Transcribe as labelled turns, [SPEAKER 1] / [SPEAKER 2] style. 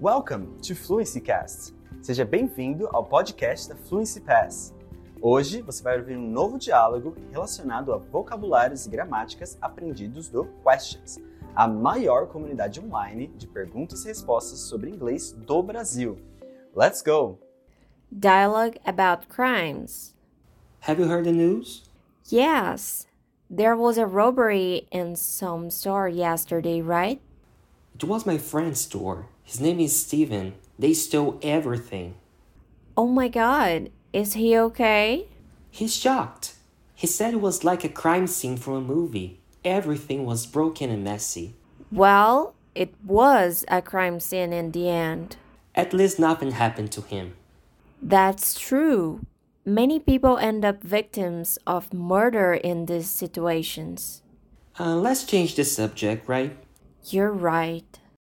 [SPEAKER 1] Welcome to Fluency Cast. Seja bem-vindo ao podcast da Fluency Pass. Hoje você vai ouvir um novo diálogo relacionado a vocabulários e gramáticas aprendidos do Questions, a maior comunidade online de perguntas e respostas sobre inglês do Brasil. Let's go!
[SPEAKER 2] Dialogue about crimes.
[SPEAKER 3] Have you heard the news?
[SPEAKER 2] Yes, there was a robbery in some store yesterday, right?
[SPEAKER 3] It was my friend's store. His name is Steven. They stole everything.
[SPEAKER 2] Oh my god, is he okay?
[SPEAKER 3] He's shocked. He said it was like a crime scene from a movie. Everything was broken and messy.
[SPEAKER 2] Well, it was a crime scene in the end.
[SPEAKER 3] At least nothing happened to him.
[SPEAKER 2] That's true. Many people end up victims of murder in these situations.
[SPEAKER 3] Uh, let's change the subject, right?
[SPEAKER 2] You're right.